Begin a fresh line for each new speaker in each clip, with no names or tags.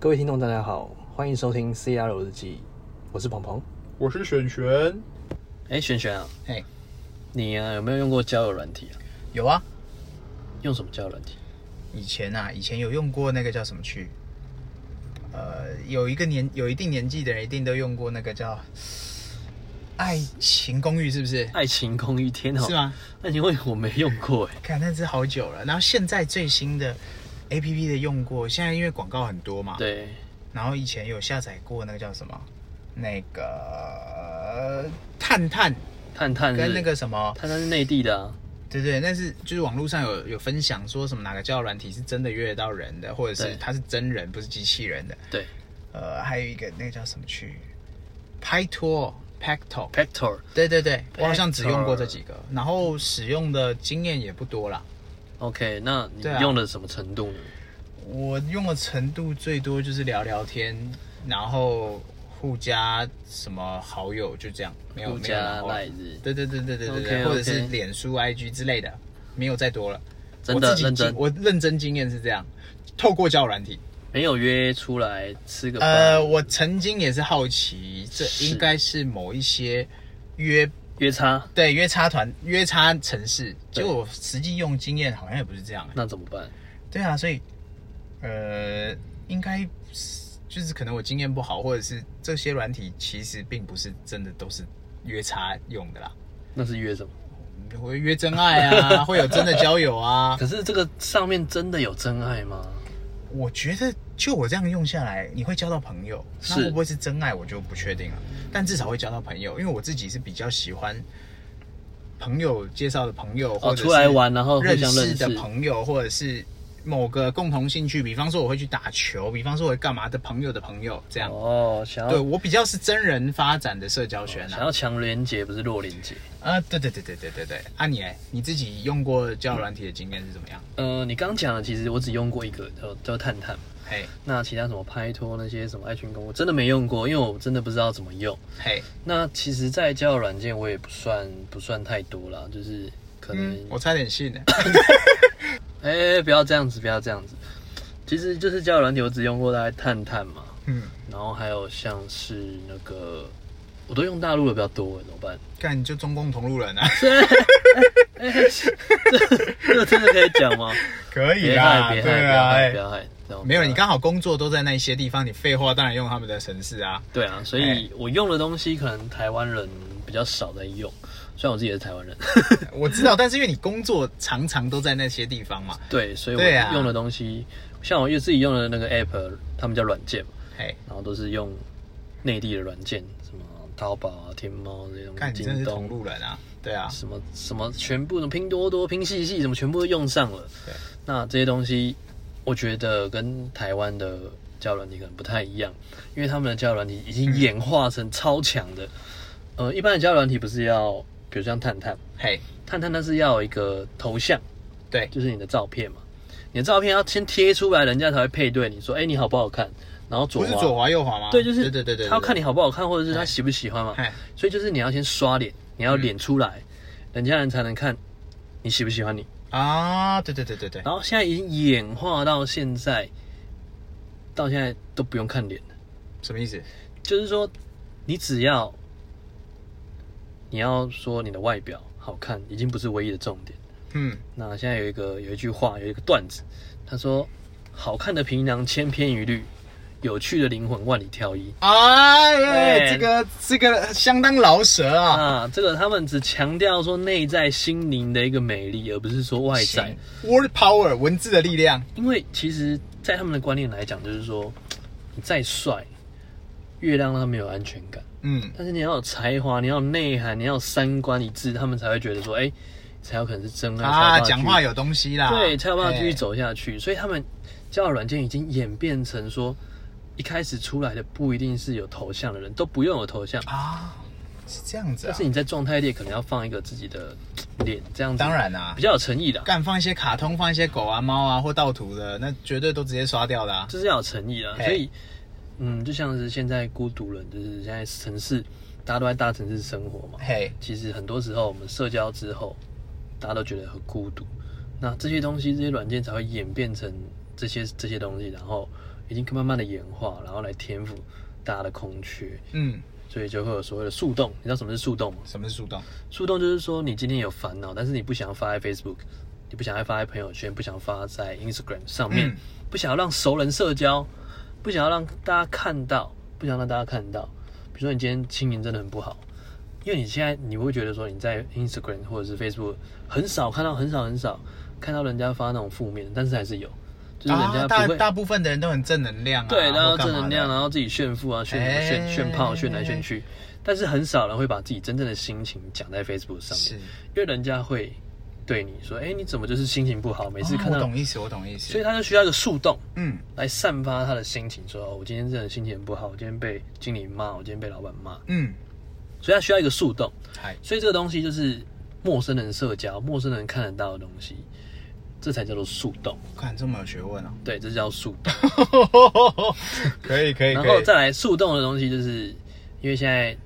各位听众，大家好，欢迎收听 CR 日记，我是鹏鹏。
我是璇璇，
哎，璇璇啊，
哎，
你啊有没有用过交友软体啊？
有啊，
用什么交友软体？
以前啊，以前有用过那个叫什么去？呃，有一个年有一定年纪的人一定都用过那个叫《爱情公寓》，是不是？
爱情公寓，天哦，
是？吗？啊
那你问我没用过哎、
看那是好久了。然后现在最新的 A P P 的用过，现在因为广告很多嘛，。
对，
然后以前有下载过那个叫什么？那个呃探探
探探是
跟那个什么，
探探是内地的、啊，
对对，但是就是网络上有有分享说什么哪个交友软体是真的约得到人的，或者
对
是它是真人不是机器人的。
对
呃，还有一个那个叫什么去，拍拖 Pacto，
，Pector
对对对，我好像只
Pactor
用过这几个，然后使用的经验也不多啦。
OK，那你
对啊
用的什么程度呢？
我用的程度最多就是聊聊天，然后互加什么好友，就这样，没有
互
没有
加
然后了
赖日，
对对对对对对对
OK，OK
或者是脸书 IG 之类的，没有再多了。
真的
我自己
认
经
真
我认真经验是这样，透过交友软体。
没有约出来吃个饭，
呃，我曾经也是好奇，这
是
应该是某一些约
约差，
对约差团约差城市，
对
结果我实际用经验好像也不是这样、欸。
那怎么办？
对啊，所以呃，应该是就是可能我经验不好，或者是这些软体其实并不是真的都是约差用的啦，
那是约什么？
会约真爱啊，会有真的交友啊。
可是这个上面真的有真爱吗？
我觉得就我这样用下来，你会交到朋友，那
是
会不会是真爱，我就不确定了。啊但至少会交到朋友，因为我自己是比较喜欢朋友介绍的朋友，或者是
哦出来玩然后互相
认
认识
识的朋友，或者是某个共同兴趣，比方说我会去打球，比方说我会干嘛的朋友的朋友这样。
哦，想
对
要
我比较是真人发展的社交圈
哦想
啊，
要强连接，不是弱连接。
啊，对对对对对对对，啊你嘞，你自己用过交友软体的经验是怎么样？
呃，你刚讲的其实我只用过一个，叫叫探探。
嘿，
那其他什么拍拖那些什么爱群工，我真的没用过，因为我真的不知道怎么用。
嘿，
那其实，在交友软件我也不算不算太多啦，就是可能
嗯，我差点信了，
哎、不要这样子，不要这样子。其实就是交友软体，我只用过大概探探嘛，
嗯。
然后还有像是那个，我都用大陆的比较多，怎么 办？
干你就中共同路人啊？
这个真的可以讲 吗？
可以
别
啦，
害，别
对
害，不要
啊，
害，
哎
不要害。这样
没有，你
不要害
刚好工作都在那些地方，你废话当然用他们的城市啊。
对啊，所以
哎
我用的东西可能台湾人比较少在用，虽然我自己也是台湾人。
我知道，但是因为你工作常常都在那些地方嘛，
对，所以我
对啊
用的东西，像我自己用的那个 app，他们叫软件嘛，
嘿，
然后都是用内地的软件，什么淘宝啊、天猫这些东
看
西，
你真
京
的是同
东
路人啊，对啊，
什么什么全部的拼多多、拼夕夕，什么全部都用上了。
对，
那这些东西，我觉得跟台湾的交友软体可能不太一样，因为他们的交友软体已
嗯
经演化成超强的。呃，一般的交友软体不是要，比如像探探，
嘿，
探探它是要有一个头像。
对，
就是你的照片嘛。你的照片要先贴出来，人家才会配对你说，哎、你好不好看？然后左
不
滑，
是左滑右滑吗？
对，就是
对对对对，
他要看
你，
你好不好看，或者是他喜不喜欢嘛。
嘿，
所以就是你要先刷脸，你要脸出来，人家人才能看你喜不喜欢你。
啊，对对对对对，
然后现在已经演化到现在，到现在都不用看脸了，
什么意思？
就是说你只要你要说你的外表好看，已经不是唯一的重点。
嗯，
那现在有一个有一句话，有一个段子，他说：“好看的皮囊千篇一律，有趣的灵魂万里挑一。
啊，
哎
这个这个相当老舌”啊，
啊，这个他们只强调说内在心灵的一个美丽，而不是说
啊
外在。
Word Power 文字的力量，
因为其实，在他们的观念来讲，就是说你再帅，越让他们有安全感。
嗯，
但是你要有才华，你要有内涵，你要有三观一致，他们才会觉得说，哎、才有可能是真爱。才有办
啊，哎
法
讲
去
话有东西啦，
对，才有办法继续
嘿
走下去。所以他们交友软件已经演变成说，一开始出来的不一定是有头像的人，都不用有头像，
啊，是这样子
但
啊
是，你在状态列可能要放一个自己的嘖脸，这样子
当然啊
比。较有诚意的，
干放一些卡通，放一些狗啊、猫啊或盗图的，那绝对都直接刷掉的啊。
就是要有诚意的。
嘿
所以，嗯，就像是现在孤独人，就是现在城市大家都在大城市生活嘛，
嘿，
其实很多时候我们社交之后，大家都觉得很孤独，那这些东西这些软件才会演变成这些这些东西，然后已经慢慢的演化，然后来填补大家的空缺，
嗯，
所以就会有所谓的树洞。你知道什么是树洞吗？
什么是树洞？
树洞就是说你今天有烦恼，但是你不想要发在 Facebook，你不想要发在朋友圈，不想发在 Instagram 上面，
嗯
不想要让熟人社交，不想要让大家看到，不想让大家看到。比如说你今天心情真的很不好，因为你现在你会觉得说你在 Instagram 或者是 Facebook 很少看到，很少很少看到人家发那种负面的，但是还是有，就是人
啊
家
大
不会。
大部分的人都很正能量啊，
对，然后
或干
正
嘛
能量，
的哎
然后自己炫富啊，炫炫炫炮，炫来炫去，但是很少人会把自己真正的心情讲在 Facebook 上面。
是，
因为人家会对你说：“哎、你怎么就是心情不好？每次
哦
看
我
到，
懂意思，我懂意思，
所以他就需要一个树洞
嗯，
来散发他的心情，说：哦，我今天真的心情很不好，我今天被经理骂，我今天被老板骂，
嗯，
所以他需要一个树洞。
嗨，
所以这个东西就是陌生人社交，陌生人看得到的东西，这才叫做树洞。
看这么有学问哦，哦
对，这叫树洞。
可以可以
然
可
后
以，
再来树洞的东西，就是因为现在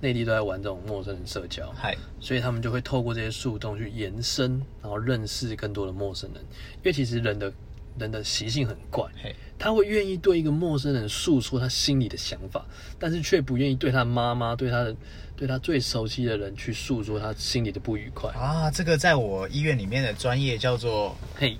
内地都在玩这种陌生人社交，
嗨，
所以他们就会透过这些树洞去延伸，然后认识更多的陌生人。因为其实人的人的习性很怪，
嘿，
他会愿意对一个陌生人诉说他心里的想法，但是却不愿意对他妈妈、对他的、对他最熟悉的人去诉说他心里的不愉快。
啊，这个在我医院里面的专业叫做
嘿，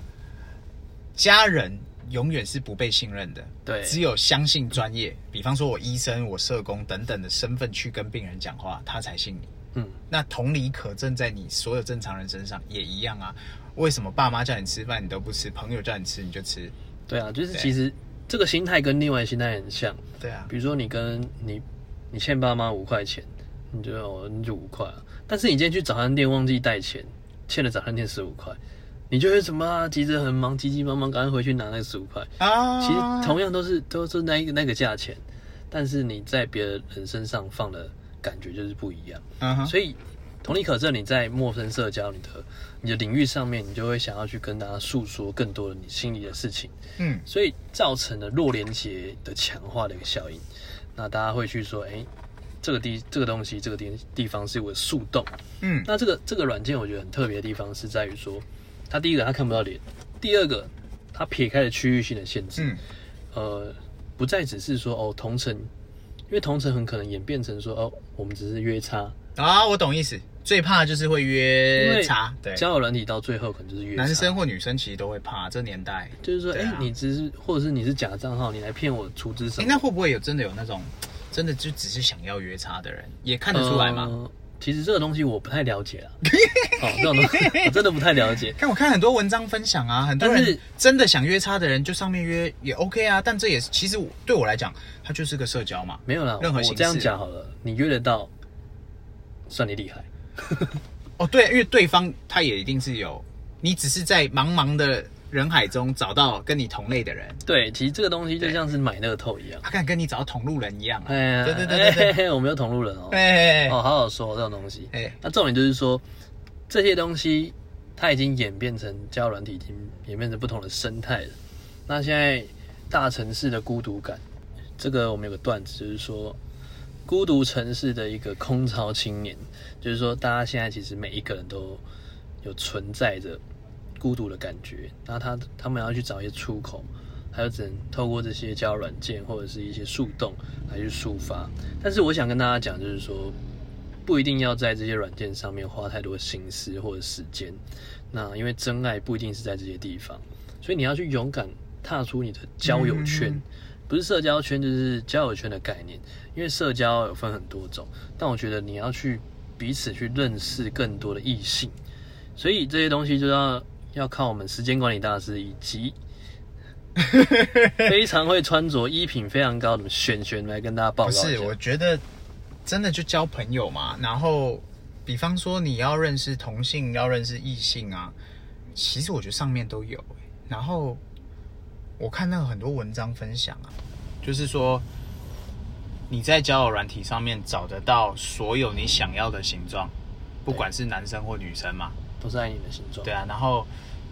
家人。永远是不被信任的，
对
只有相信专业，比方说我医生、我社工等等的身份去跟病人讲话，他才信你。
嗯，
那同理可证，在你所有正常人身上也一样啊。为什么爸妈叫你吃饭你都不吃，朋友叫你吃你就吃？
对啊，就是
对
其实这个心态跟另外的心态很像。
对啊，
比如说你跟你你欠爸妈五块钱，你就哦你就五块啊，但是你今天去早餐店忘记带钱，欠了早餐店十五块，你就会什么啊，急着很忙，急急忙忙赶快回去拿那个十五块。
啊，
其实同样都是都是那一个那个价钱，但是你在别人身上放的感觉就是不一样。
嗯哼，
所以同理可证，你在陌生社交你的你的领域上面，你就会想要去跟大家诉说更多的你心里的事情。
嗯，
所以造成了弱连结的强化的一个效应。那大家会去说，哎、这个地这个东西，这个地地方是有个树洞。
嗯，
那这个这个软件我觉得很特别的地方是在于说，它第一个它看不到脸，第二个它撇开了区域性的限制，
嗯
呃，不再只是说哦同城，因为同城很可能演变成说哦我们只是约差，
啊，我懂意思。最怕就是会
因
约
为
茶，对，
交友软体到最后可能就是约差。
男生或女生其实都会怕。这年代，
就是说，哎、
对啊
你只是或者是你是假账号，你来骗我出资什
诶
么？
那会不会有真的有那种真的就只是想要约茶的人，也看得出来吗？
呃其实这个东西我不太了 解啊，哦，这种东西 我真的不太了解。
看我看很多文章分享啊，很多
但
人
是
真的想约差的人，就上面约也 OK 啊。但这也是其实我对我来讲，它就是个社交嘛。
没有啦，
任何形式
我这样讲好了，你约得到，算你厉害。
哦，对，因为对方他也一定是有，你只是在茫茫的人海中找到跟你同类的人，
对，其实这个东西就像是买乐透一样。
他看跟你找到同路人一样、啊。
哎，
对对对对
哎嘿嘿我没有同路人哦。
哎、
哦，好好说这种东西。
哎
那重点就是说，这些东西它已经演变成交友软体，已经演变成不同的生态了。那现在大城市的孤独感，这个我们有个段子，就是说孤独城市的一个空巢青年，就是说大家现在其实每一个人都有存在着孤独的感觉，那他他们要去找一些出口。还有只能透过这些交友软件或者是一些树洞来去抒发，但是我想跟大家讲，就是说不一定要在这些软件上面花太多心思或者时间。那因为真爱不一定是在这些地方，所以你要去勇敢踏出你的交友圈，
嗯
不是社交圈，就是交友圈的概念。因为社交有分很多种，但我觉得你要去彼此去认识更多的异性，所以这些东西就要要靠我们时间管理大师以 及非常会穿着衣品非常高的选选来跟大家报告
不
一下。
是，我觉得真的就交朋友嘛。然后，比方说你要认识同性，要认识异性啊，其实我觉得上面都有、欸然后我看到很多文章分享啊，就是说你在交友软体上面找得到所有你想要的形状，不管是男生或女生嘛。
都是爱你的形状。
对啊，然后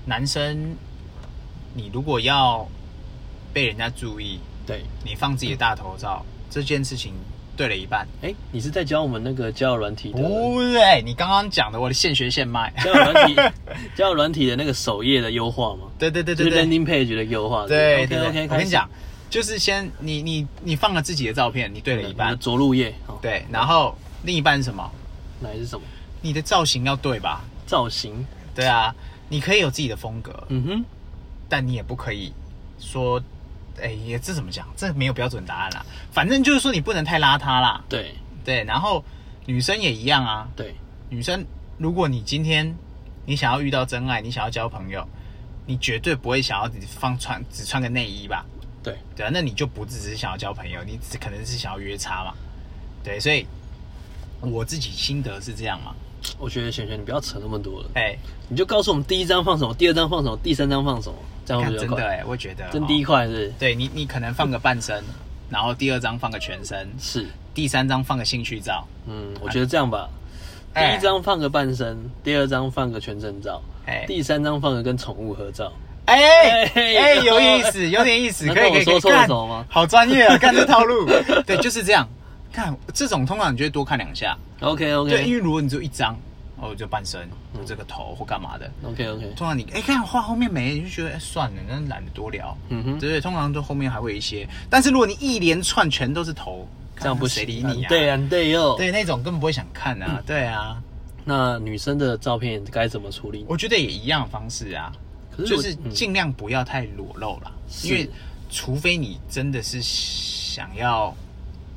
男生你如果要被人家注意，
对
你放自己的大头照这件事情对了一半。
哎、你是在教我们那个交友软体的？
不对，你刚刚讲的我的现学 现卖。
交友软体，交友软体的那个首页的优化吗？
对对对
就
对
是
对
landing page 的优化。OK
对对
OK，
对，我跟你讲，就是先你你你放了自己的照片，你对了一半，
着陆页，哦，
对，然后另一半是什么？
哪一是什么
你的造型要对吧？
造型？
对啊，你可以有自己的风格，
嗯哼，
但你也不可以说，哎、也这怎么讲？这没有标准答案啦。反正就是说你不能太邋遢啦。
对
对，然后女生也一样啊。
对，
女生，如果你今天你想要遇到真爱，你想要交朋友，你绝对不会想要只放穿只穿个内衣吧？
对，
对啊，那你就不只是想要交朋友，你只可能是想要约叉嘛。对，所以我自己心得是这样嘛。
我觉得璇璇你不要扯那么多了，
哎、
你就告诉我们第一张放什么，第二张放什么，第三张放什么，这样会
看
比较
真
快
的。哎、我觉得
真第一
哦
块是
对你，你可能放个半身，然后第二张放个全身，
是，
第三张放个兴趣照。
嗯，我觉得这样吧，第
哎
一张放个半身，第二张放个全身照，
哎、
第三张放个跟宠物合照。
哎哎、
哎
有意思，有点意思，
难
可
道
以可
我
以可以
说错了
干
什么吗
好专业啊，看这套 路，对，就是这样。看这种通常你就会多看两下，
OK 嗯
对，因
OK
为如果你只有一张，哦，就半身，这个头或干嘛的，
OK OK，
通常你哎、看画后面没，你就觉得、哎算了，那懒得多聊，
嗯
对
哼，
对，通常都后面还会有一些，但是如果你一连串全都是头，
这样不
谁
行。
理你啊？
对啊，嗯对哟。
对，那种根本不会想看啊，对啊，
那女生的照片该怎么处理？
我觉得也一样的方式啊，
可是
就
我
是
嗯
尽量不要太裸露啦，
是
因为除非你真的是想要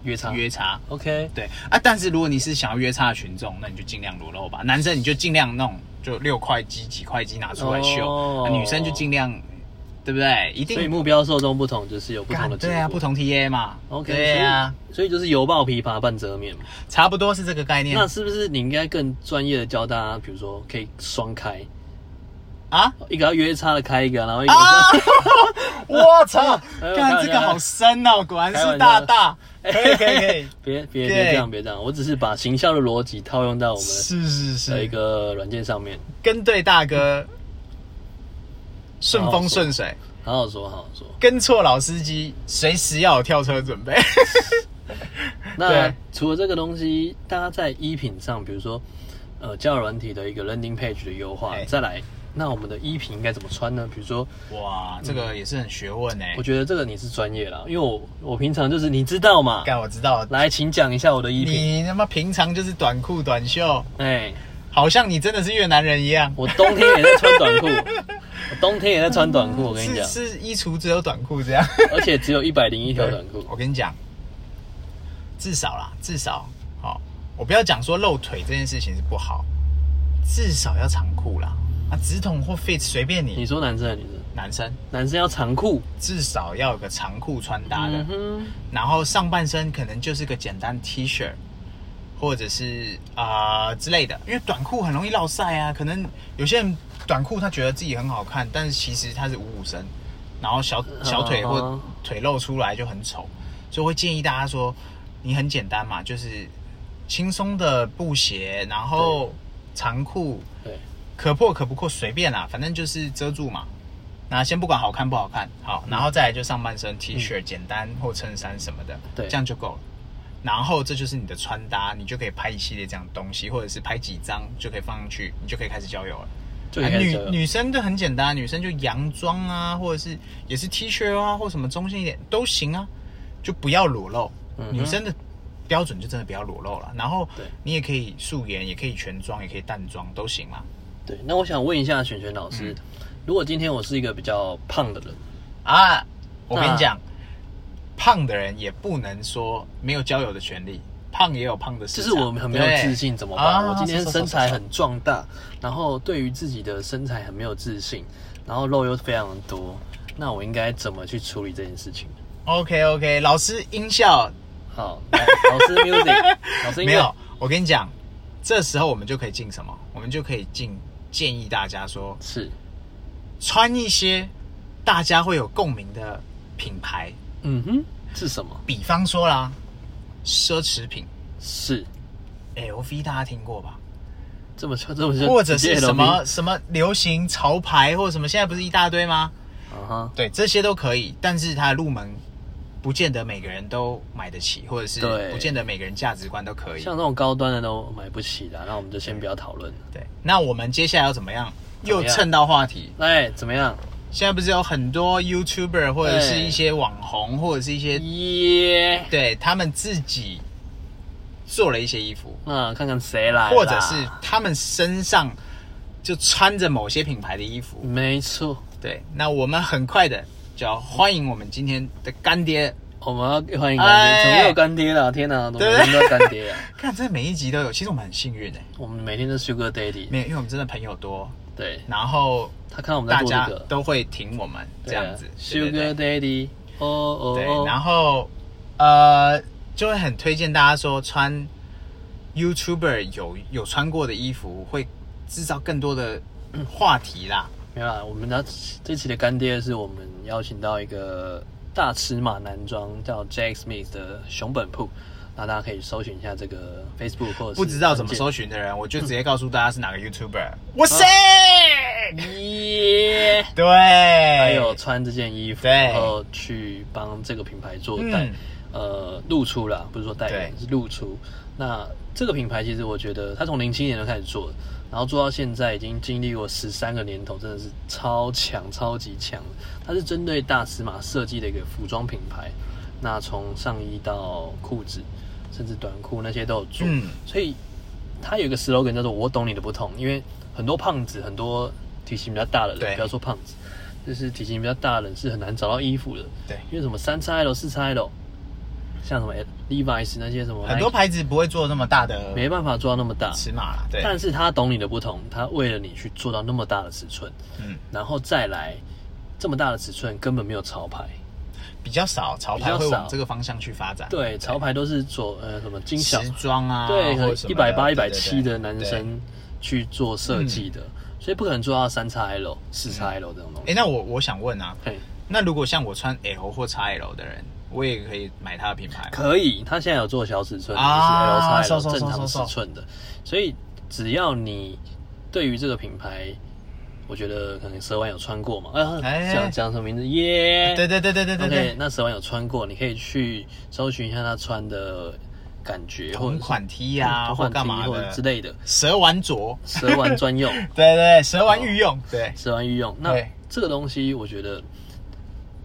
约差
约叉，
OK，
对啊，但是如果你是想要约叉的群众，那你就尽量裸露吧。男生你就尽量弄，就六块肌几块肌拿出来秀，
哦
啊女生就尽量，对不对？一
所以
定
目标受众不同，就是有不同
干
的
对啊，不
同。
同 TA 嘛
OK，
对啊，
所以所以就是犹抱琵琶半遮面嘛。
差不多是这个概念
那是不是你应该更专业的教大家，比如说可以双开，哦
啊。
一个要约差的开一个，然后一个是
我操，
哎呦
看这个好深哦，果然是大大，
哎
可以可以可以，
别别别
对
这样别这样，我只是把行销的逻辑套用到我们
是是
的
是
一个软件上面，
跟对大哥，顺
好好说
风顺水；
好好说好好说。
跟错老司机，随时要有跳车准备。
那
对啊
除了这个东西，大家在衣品上，比如说呃交友软体的一个 landing page 的优化
哎，
再来，那我们的衣品应该怎么穿呢？比如说，
哇， 这个也是很学问呢、欸
我觉得这个你是专业啦，因为我我平常就是你知道嘛，
干，我知道了，
来，请讲一下我的衣品。
你他妈平常就是短裤短袖，
哎，
好像你真的是越南人一样。
我冬天也在穿短裤， 我冬天也在穿短裤，我跟你
是
讲，
是衣橱只有短裤这样。
而且只有一百零一条短裤。
我跟你讲，至少啦，至少好、我不要讲说露腿这件事情是不好，至少要长裤啦。啊，直筒或 fit 随便
你
你，
说男生还是女生？
男生
男生要长裤，
至少要有个长裤穿搭的。
嗯哼，
然后上半身可能就是个简单 T 恤，或者是啊、呃之类的，因为短裤很容易落晒啊。可能有些人短裤他觉得自己很好看，但是其实他是五五身，然后小小腿或
哦
腿露出来就很丑，所以我会建议大家说，你很简单嘛，就是轻松的布鞋，然后长裤
对，
可破可不破随便啦，反正就是遮住嘛。那先不管好看不好看，好，
嗯
然后再来就上半身 T 恤、简单或衬衫什么的，
对
这样就够了。然后这就是你的穿搭，你就可以拍一系列这样的东西，或者是拍几张就可以放上去，你就可以开始交友了。
就
啊
应该
女
这样
女生就很简单，女生就洋装啊，或者是也是 T 恤啊，或什么中性一点都行啊，就不要裸露。
嗯哼
女生的标准就真的不要裸露了。然后
对
你也可以素颜，也可以全妆，也可以淡妆都行嘛。
对。那我想问一下璇璇老师，
嗯
如果今天我是一个比较胖的人，
啊，我跟
那
你讲，胖的人也不能说没有交友的权利，胖也有胖的市
就
场。
是我很没有
对
自信，怎么
啊
办？我今天
是是是
身材
是
很壮大，然后对于自己的身材很没有自信，然后肉又非常多，那我应该怎么去处理这件事情？
OK OK，老师音效
好，来老师 music，老 师音乐
没有，我跟你讲，这时候我们就可以进什么？我们就可以进建议大家说，
是，
穿一些大家会有共鸣的品牌，
嗯哼，是什么？
比方说啦，奢侈品
是
LV 大家听过吧？
这么就这么就
或者
直
是
接
什
LV
么什么流行潮牌，或者什么，现在不是一大堆吗？
啊哈，
对，这些都可以，但是它的入门不见得每个人都买得起，或者是
对
不见得每个人价值观都可以。
像那种高端的都买不起的，那我们就先不要讨论了。
对，那我们接下来要怎么样？
怎么
又
样
蹭到话题，
哎，怎么样？
现在不是有很多 YouTuber 或者是一些网红或者是一些
耶、
对他们自己做了一些衣服，
那啊看看谁来啦，
或者是他们身上就穿着某些品牌的衣服。
没错，
对，那我们很快的就要欢迎我们今天的干爹。
我们要欢迎干爹，
哎
怎么又有干爹了？天哪，怎么
对
每天都有干爹啊？
看，真的每一集都有，其实我们很幸运哎、
我们每天都 Sugar Daddy，
没有，因为我们真的朋友多，
对
然后
他看我们在
大
做
家
这个，
都会挺我们这
对啊
样子。对
，Sugar
对
Daddy，哦哦
对，对然
哦，
后呃，就会很推荐大家说穿呃 YouTuber 有有穿过的衣服，会制造更多的话题啦。
没有啦，我们要这期的干爹是我们邀请到一个大尺码男装叫 Jack Smith 的熊本铺，那大家可以搜寻一下这个 Facebook 或者是
不知道怎么
关
搜寻的人，我就直接告诉大家是哪个 YouTuber。我谁？
键，耶、
对，
还
还
有穿这件衣服，
对
然后去帮这个品牌做代、
嗯
呃露出啦，不是说代言，
对
是露出。那这个品牌其实我觉得它从零七年就开始做了，然后做到现在已经经历过十三个年头，真的是超强、超级强。它是针对大尺码设计的一个服装品牌，那从上衣到裤子，甚至短裤那些都有做。
嗯
所以它有一个 slogan 叫做“我懂你的不同”，因为很多胖子、很多体型比较大的人，
对
不要说胖子，就是体型比较大的人是很难找到衣服的。
对
因为什么三叉 L、四叉 L，像什么 Levi's 那些什么，哎
很多牌子不会做那么大的
没办法做到那么大。
尺码啦。对，
但是他懂你的不同，他为了你去做到那么大的尺寸，
嗯，
然后再来这么大的尺寸根本没有潮牌，
比较少潮
比
牌
较少
会往这个方向去发展。
对，潮牌都是做呃什么精小
时装啊，
对，可
或
能
者什么
一百八、一百
的
七的男。
对对对嗯
生去做设计的，所以不可能做到三叉 L、四叉 L 这种东
哎、
西。
那我我想问啊，
嘿
那如果像我穿 L 或 XL 的人，我也可以买他的品牌吗？
可以，他现在有做小尺寸，就是
啊
L 叉
收收
L 正常
收收
尺寸的，所以只要你对于这个品牌，我觉得可能蛇丸有穿过嘛，啊，
哎
讲讲什么名字耶？
对对对对对对
OK，
对，
那蛇丸有穿过，你可以去搜寻一下他穿的感觉，或者是
同
嗯
款 T 啊，
同
或
款
干
T
嘛
或者
的
之类的，
蛇丸着，
蛇丸专 用。
对对对，蛇丸御
哦
用，对，
蛇丸御用。那
对
这个东西，我觉得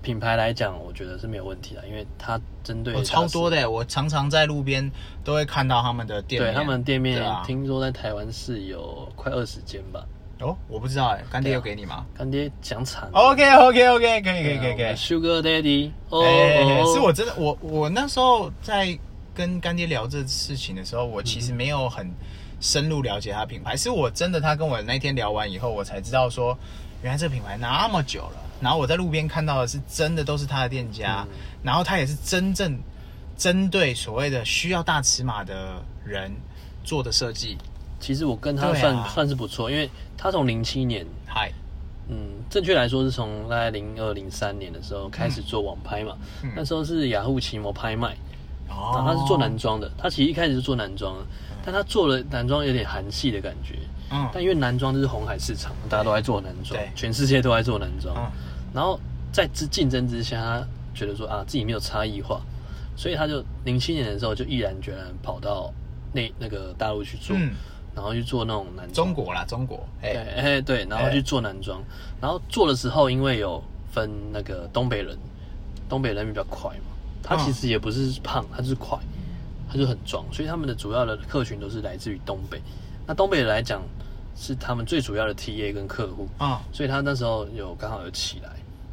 品牌来讲，我觉得是没有问题的，因为它针对
我哦超多
的，
的，我常常在路边都会看到他们的店
对
面，
他们店面
对啊
听说在台湾是有快二十间吧。
哦，我不知道哎，干爹
对啊
有给你吗
干爹讲惨了啊
？OK OK OK，可以可以可以可以，
Sugar Daddy，哦，
哦哎，
哦
是我真的，我我那时候在跟干爹聊这事情的时候，我其实没有很深入了解他品牌，是我真的他跟我那天聊完以后，我才知道说，原来这个品牌那么久了。然后我在路边看到的是真的都是他的店家，
嗯
然后他也是真正针对所谓的需要大尺码的人做的设计。
其实我跟他
对啊
算、算是不错，因为他从零七年，
嗨，
嗯，正确来说是从大概零二零三年的时候开始做网拍嘛，
嗯
那时候是雅虎奇摩拍卖，
哦
然啊后他是做男装的，他其实一开始是做男装的，但他做了男装有点韩系的感觉，
嗯
但因为男装就是红海市场，大家都在做男装
对，
全世界都在做男装
嗯，
然后在之竞争之下，他觉得说啊自己没有差异化，所以他就零七年的时候就毅然决然跑到那那个大陆去做，
嗯
然后去做那种男装
中，国啦，中国，
对
哎，
哎对，然后去做男装，然后做的时候因为有分那个东北人，东北人比较快嘛，他其实也不是胖，他就是快，他就很壮，所以他们的主要的客群都是来自于东北。那东北人来讲是他们最主要的 TA 跟客户，
嗯，
所以他那时候有刚好有起来，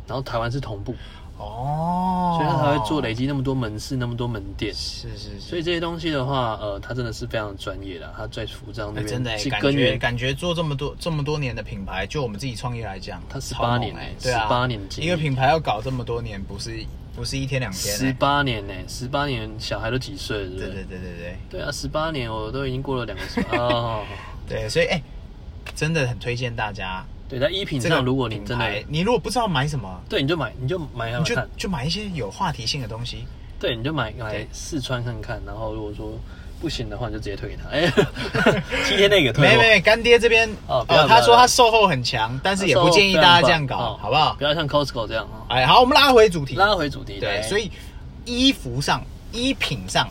然后台湾是同步，
哦，
所以他才会做累积那么多门市、那么多门店。
是是是，
所以这些东西的话，呃，他真的是非常专业的，他在服装那
哎，真的、
边
欸，
是
感
根
觉
源。
感觉做这么多这么多年的品牌，就我们自己创业来讲，
他
超
18
猛
年
欸
欸
对啊，
18年经
一
历
个品牌要搞这么多年，不是不是一天两天、欸，
十八年呢、十八年小孩都几岁了，对不对？
对对对对
对
对
啊，十八年我都已经过了两个十八 哦。
对，所以哎、真的很推荐大家，
对，在衣品
这个
上，如果你
品
真
牌
的
你如果不知道买什么，
对，你就买，你就买
你
看
就
看。
就买一些有话题性的东西，
对，你就买买
对
试穿看看，然后如果说不行的话，你就直接退给他。哎，七天内给退
没
我。
没干爹这边
哦不要不要
他说
不要
他售后很强，但是也
啊
不
哦
建议大家这样搞，好不好
不？要像 Costco 这样啊。
哎，好，我们拉回主题，
拉回主题，
对，
来
所以衣服上、衣品上，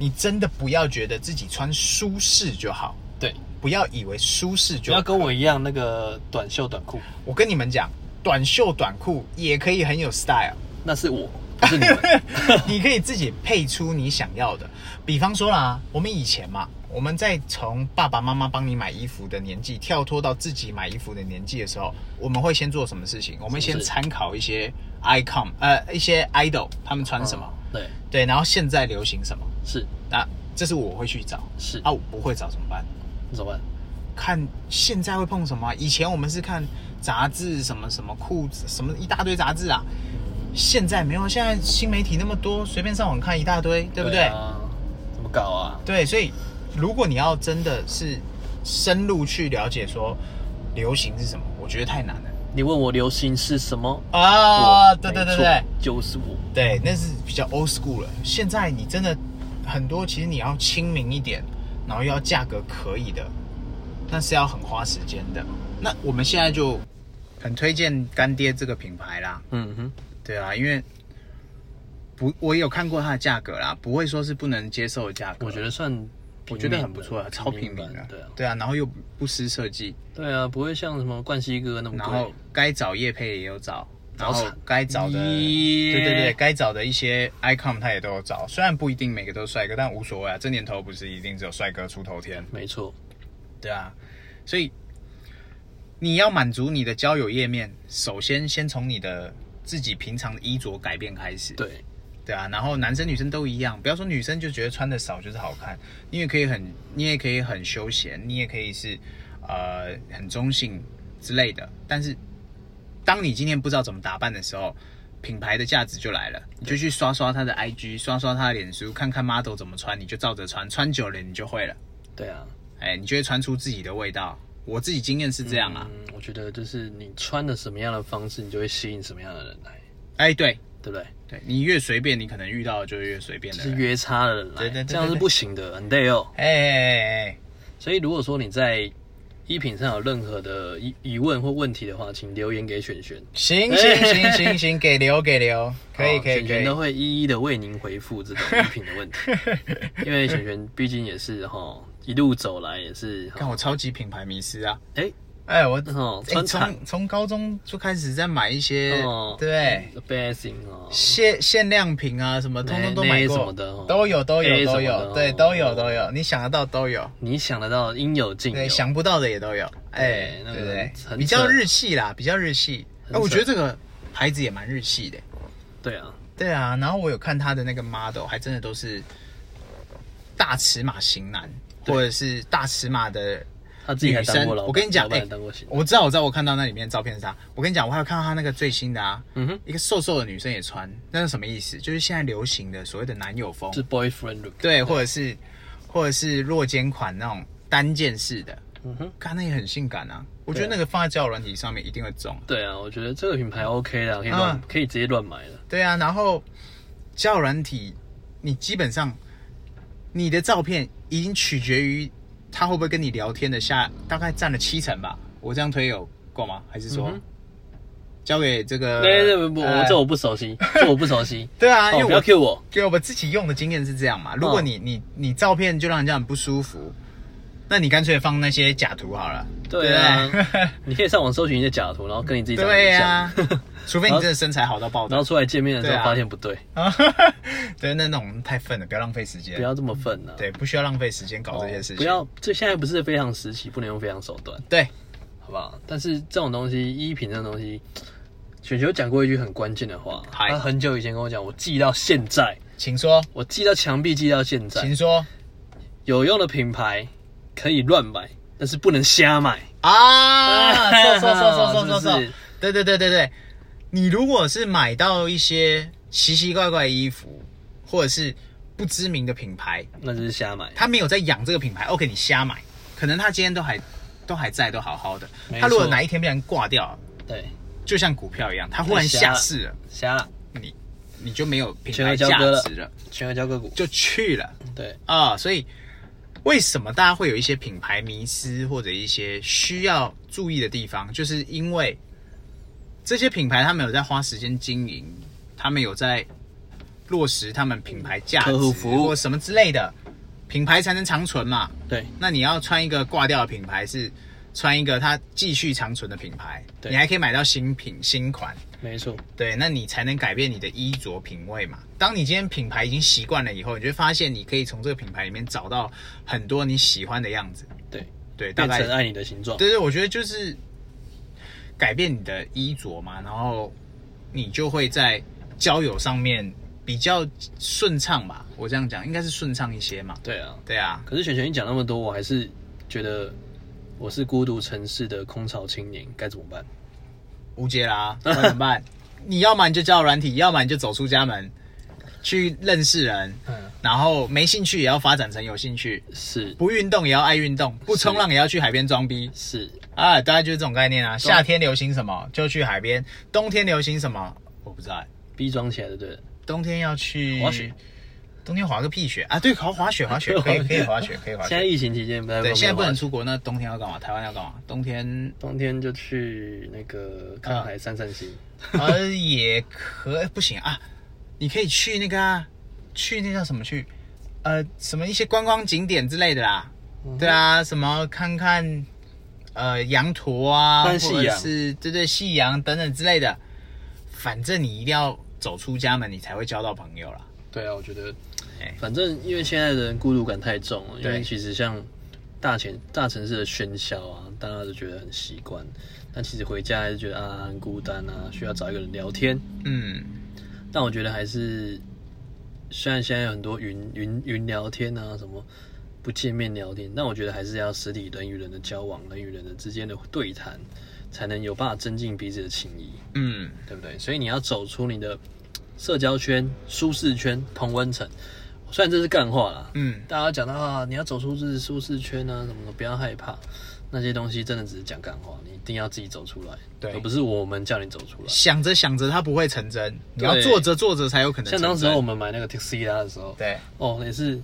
你真的不要觉得自己穿舒适就好，
对，
不要以为舒适
不
就
要
好。
跟我一样那个短袖短裤，
我跟你们讲，短袖短裤也可以很有 style，
那是我，不是你哦们。
你可以自己配出你想要的。比方说啦，我们以前嘛，我们在从爸爸妈妈帮你买衣服的年纪跳脱到自己买衣服的年纪的时候，我们会先做什么事情？我们
是
先
不是
参考一些 icon，呃，一些 idol 他们 穿什么，
嗯？对，
对，然后现在流行什么，
是
那这是我会去找。
是
啊，我不会找怎么办？
怎么办？
看现在会碰什么啊、以前我们是看杂志，什么什么裤子，什么一大堆杂志啊。现在没有，现在新媒体那么多，随便上网看一大堆，对不对？
啊？怎么搞啊？
对，所以如果你要真的是深入去了解说流行是什么，我觉得太难了
你问我流行是什么？
啊！
我
对
没
对对
错
对
就是我。
对，那是比较 old school 了。现在你真的很多，其实你要亲民一点，然后又要价格可以的，那是要很花时间的。那我们现在就很推荐干爹这个品牌啦，
嗯哼，
对啊，因为不，我也有看过它的价格啦，不会说是不能接受的价格。
我觉得算平民的，
我觉得很不错啊，超平民的
的。，对啊，
对啊，然后又不失设计，
对啊，不会像什么冠希哥那么
然后
贵。
该找叶配也有找，然
找
后
厂
该找的，
耶
对对对，该找的一些 icon 他也都有找，虽然不一定每个都是帅哥，但无所谓啊，这年头不是一定只有帅哥出头天，
没错，
对啊，所以你要满足你的交友页面，首先先从你的自己平常的衣着改变开始，
对，
对啊，然后男生女生都一样，不要说女生就觉得穿的少就是好看，你也可以很，你也可以很休闲，你也可以是，呃，很中性之类的。但是，当你今天不知道怎么打扮的时候，品牌的价值就来了，你就去刷刷他的 IG，刷刷他的脸书，看看 model 怎么穿，你就照着穿，穿久了你就会了，
对啊，
哎，你就会穿出自己的味道。我自己经验是这样啊，
嗯，我觉得就是你穿的什么样的方式，你就会吸引什么样的人来，
哎，对，
对不对？
对你越随便，你可能遇到的就是越随便
就
的
是
人，
约差的人来，
对对对对
这样是不行的，很累哦。
哎哎哎哎，
所以如果说你在衣品上有任何的疑疑问或问题的话，请留言给璇璇，
行行行行行，给留给 留，可以
好
可
璇
以可
璇
以
哦都。会一一的为您回复这种衣品的问题， 因为璇璇毕竟也是哈一路走来也是
看
哈
我超级品牌迷失啊！
哎
哎，我
哦
哎
穿厂
从从高中就开始在买一些
哦，
对
b a s i n g 哦，
限限量品啊，什么通通都买
哎那那什么
过
的哦，
都有都
A
有都
什么的
有，
哦
对，都有都有，你想得到都有，
你想得到应有尽
对，
有，
想不到的也都有，哎，
那
对
个
不
很
对？比较日系啦，比较日系。
很
哎，我
扯
觉得这个牌子也蛮日系的，
对啊，
对啊。然后我有看他的那个 model，还真的都是大尺码型男，
对
或者是大尺码的
他自己还当过老板，
女生我跟你讲
老板还
哎
当过行，
我知道，我知道，我看到那里面照片是他。我跟你讲，我还有看到他那个最新的啊，
嗯哼，
一个瘦瘦的女生也穿，那是什么意思？就是现在流行的所谓的男友风，
是 boyfriend look，
对，或者是或者是落肩款那种单件式的，
嗯哼。
看那也很性感啊。我觉得
对啊
那个放在交友软体上面一定会中。
对啊，我觉得这个品牌 OK 的，可以乱、
嗯
可以直接乱买的。
对啊，然后交友软体，你基本上你的照片已经取决于他会不会跟你聊天的下，大概占了七成吧。我这样推有够吗？还是说、
嗯哼
交给这个？
对对对，不，我
呃
这我不熟悉，这我不熟悉。
对 啊，
哦，
因
不
为
要嗯
我
Q 我，
对我自己用的经验是这样嘛。如果你、你你照片就让人家很不舒服，那你干脆放那些假图好了。
对啊
对不对
你可以上网搜寻一些假图，然后跟 你自己长得
对
很
呀
像，、
除非你真的身材好到爆
然
炸
后出来见面的时
对
候
啊
发现不对，
啊！ 对，那那种太愤了，不要浪费时间。
不要这么愤啊。
对，不需要浪费时间搞
哦，
这些事情。
不要，这现在不是非常时期，不能用非常手段，
对，
好不好？但是这种东西，衣品这种东西，雪球讲过一句很关键的话，
嗨
他很久以前跟我讲，我记到现在，
请说，
我记到墙壁，记到现在
请，说
有用的品牌可以乱买，但是不能瞎买。
啊！说说说说说说
是不
说
是，
对对对对对，你如果是买到一些奇奇怪怪的衣服，或者是不知名的品牌，
那就是瞎买。
他没有在养这个品牌，OK，你瞎买，可能他今天都还都还在，都好好的
没。错
他如果哪一天被人挂掉，
对，
就像股票一样，他忽然下市了，
瞎了，
你你就没有品
全
牌
额
价
交割了
值了，
全额交割股。
就去了
对，
啊、所以为什么大家会有一些品牌迷失或者一些需要注意的地方，就是因为这些品牌他们有在花时间经营，他们有在落实他们品牌价值
客户服务
或什么之类的，品牌才能长存嘛。
对
那你要穿一个挂掉的品牌是穿一个它继续长存的品牌，
对
你还可以买到新品新款，
没错，
对，那你才能改变你的衣着品味嘛。当你今天品牌已经习惯了以后，你就会发现你可以从这个品牌里面找到很多你喜欢的样子。
对，
对，大
变
概
成爱你的形状。
对对，我觉得就是改变你的衣着嘛，然后你就会在交友上面比较顺畅吧。我这样讲应该是顺畅一些嘛。
对啊，
对啊，
可是璇璇你讲那么多，我还是觉得我是孤独城市的空巢青年，该怎么办？
无解啦，那怎 么办？你要么你就交友软体，要么你就走出家门去认识人，
嗯，
然后没兴趣也要发展成有兴趣，
是
不运动也要爱运动，不冲浪也要去海边装逼
是，
啊！大概就是这种概念啊。夏天流行什么就去海边，冬天流行什么我不知道欸、
逼装起来的，对了。
冬天要去
滑雪，
冬天滑个屁雪啊！对，好滑雪，滑雪 可以，可以滑雪，可以滑
现在
雪。
疫情期间不太
对，现在不能
出，
出国，那冬天要干嘛？台湾要干嘛？冬天
冬天就去那个看海散散心。
呃也可不行啊，你可以去那个啊，去那叫什么去？呃，什么一些观光景点之类的啦。
嗯
对啊，什么看看呃羊驼啊，
看
或
夕
者
阳
是对对夕阳等等之类的。反正你一定要走出家门，你才会交到朋友啦。
对啊，我觉得
哎，
反正因为现在的人孤独感太重了，因为
对
其实像大城大城市的喧嚣啊，大家都觉得很习惯，但其实回家还是觉得啊很孤单啊，需要找一个人聊天。
嗯，
但我觉得还是，虽然现在有很多云云云聊天啊，什么不见面聊天，但我觉得还是要实体人与人的交往，人与人的之间的对谈，才能有办法增进彼此的情谊，
嗯，
对不对？所以你要走出你的社交圈、舒适圈、同温层。虽然这是干话啦，
嗯，
大家讲到啊，你要走出自己舒适圈啊，什么的，不要害怕。那些东西真的只是讲干话，你一定要自己走出来，
对
而不是我们叫你走出来。
想着想着它不会成真，你要
对
做着做着才有可能成
像
真。
当时候我们买那个 t e x i l a 的时候，
对
哦，也是，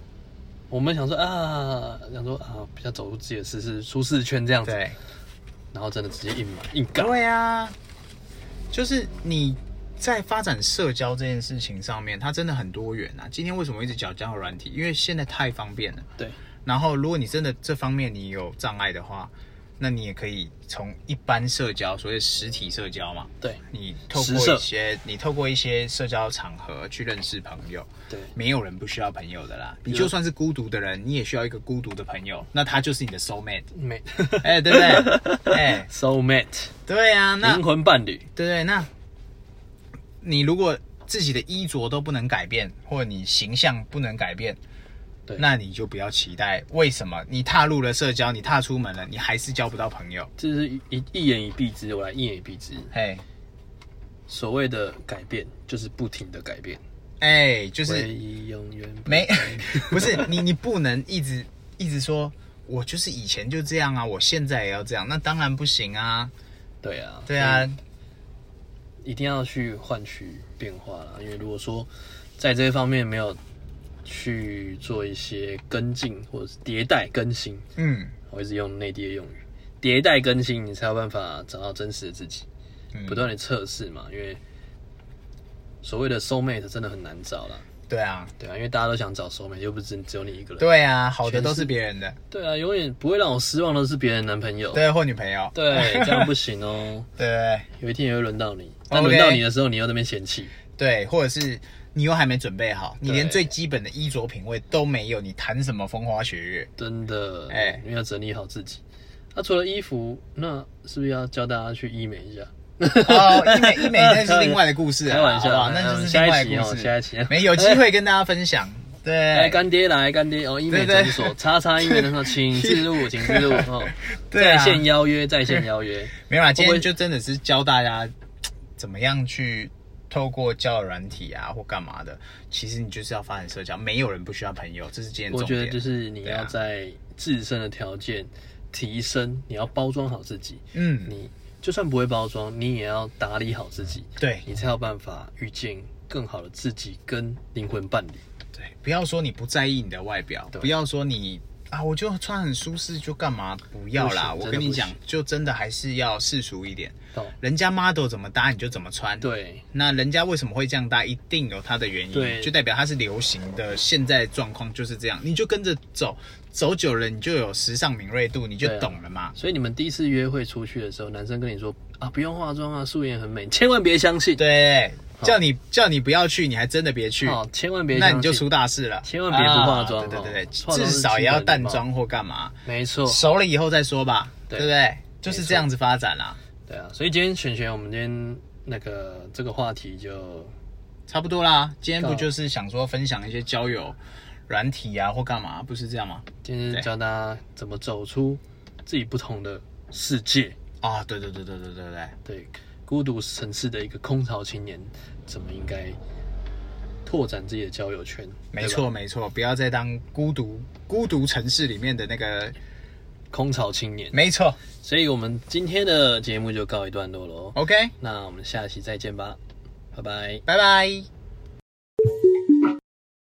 我们想说啊，想说啊，比较走出自己的舒适舒适圈这样子，
对
然后真的直接硬买硬干，
对啊，就是你在发展社交这件事情上面，它真的很多元啊。今天为什么一直讲交友软体？因为现在太方便了。
对，
然后，如果你真的这方面你有障碍的话，那你也可以从一般社交，所谓实体社交嘛，
对
你透
实
过
社
一些你透过一些社交场合去认识朋友。
对
没有人不需要朋友的啦。你
如
就算是孤独的人，你也需要一个孤独的朋友，那他就是你的 soul mate，
没
哎、对不对？哎、
soul mate
对啊，那
灵魂伴侣，
对对，那你如果自己的衣着都不能改变，或者你形象不能改变，
对
那你就不要期待。为什么你踏入了社交，你踏出门了，你还是交不到朋友？
这是一一一言以蔽之，我来一言以蔽之，
嘿，
所谓的改变就是不停的改变，
哎，就是
唯一永远不
没， 不是你，你不能一直一直说，我就是以前就这样啊，我现在也要这样，那当然不行啊。
对啊，
对啊，
所以，一定要去换取变化啦，因为如果说在这方面没有去做一些跟进或者是迭代更新。
嗯
我一直用内地的用语，迭代更新，你才有办法找到真实的自己，
嗯，
不断的测试嘛。因为所谓的 soul mate 真的很难找啦，
对啊，
对啊，因为大家都想找 soul mate，又不是只有你一个人。
对啊，好的
全
都
是
是别人的，
对啊，永远不会让我失望的是别人的男朋友。
对或女朋友，
对，这样不行哦、
对对
有一天也会轮到你，但轮到你的时候，你又在那边嫌弃。
对，或者是你又还没准备好，你连
对
最基本的衣着品味都没有，你谈什么风花雪 月？
真的，
哎
你要整理好自己。那、除了衣服，那是不是要教大家去医美一下？
哦，医美医美那是另外的故事 啊，
开玩笑
好不好
哎
那就是
下
另
一
外
期
的故
哦
事，
下一期
没有机会跟大家 分享。
来
对，
哎干爹来干爹哦，医美
对哎对
诊 所叉叉医美诊所，请自入，请自入哦。
对啊
在线邀约，在线邀 约，
没有啦，今
会不
天
会
就真的是教大家怎么样去透过交友软体啊或干嘛的，其实你就是要发展社交，没有人不需要朋友，这是今天的
我
重
觉得
点。
就是你
对啊
要在自身的条件提升，你要包装好自己，
嗯，
你就算不会包装，你也要打理好自己，
对
你才有办法遇见更好的自己跟灵魂伴侣。
对，不要说你不在意你的外表，
对
不要说你啊，我就穿很舒适，就干嘛不要啦？
不行
我
真的
跟你
不
讲
行，
就真的还是要世俗一点。
懂？
人家 model 怎么搭你就怎么穿。，
哦对，
那人家为什么会这样搭，一定有它的原因。
对
就代表它是流行的，现在状况就是这样，你就跟着走，走久了你就有时尚敏锐度，你就
对啊
懂了嘛。
所以你们第一次约会出去的时候，男生跟你说啊，不用化妆啊，素颜很美，千万别相信。
对，叫你叫你不要去，你还真的别去。
哦，千万别相
那
信。
你就出大事了，
千万别不化妆
啊对对对对，
哦化妆
至
是
少也要淡
基本
妆或干嘛，
没错，
熟了以后再说吧，对
对
不对？就是这样子发展啦，
对啊。所以今天璇璇，我们今天那个这个话题就
差不多啦。今天不就是想说分享一些交友软体啊或干嘛，不是这样吗？
今天教大家怎么走出自己不同的世界，
啊，对对对对对对对，
对，孤独城市的一个空巢青年，怎么应该拓展自己的交友圈？
没
对吧，
错没错，不要再当孤独孤独城市里面的那个，
空巢青年。
没错
所以我们今天的节目就告一段落喽。
，OK，
那我们下期再见吧，拜拜。
拜拜。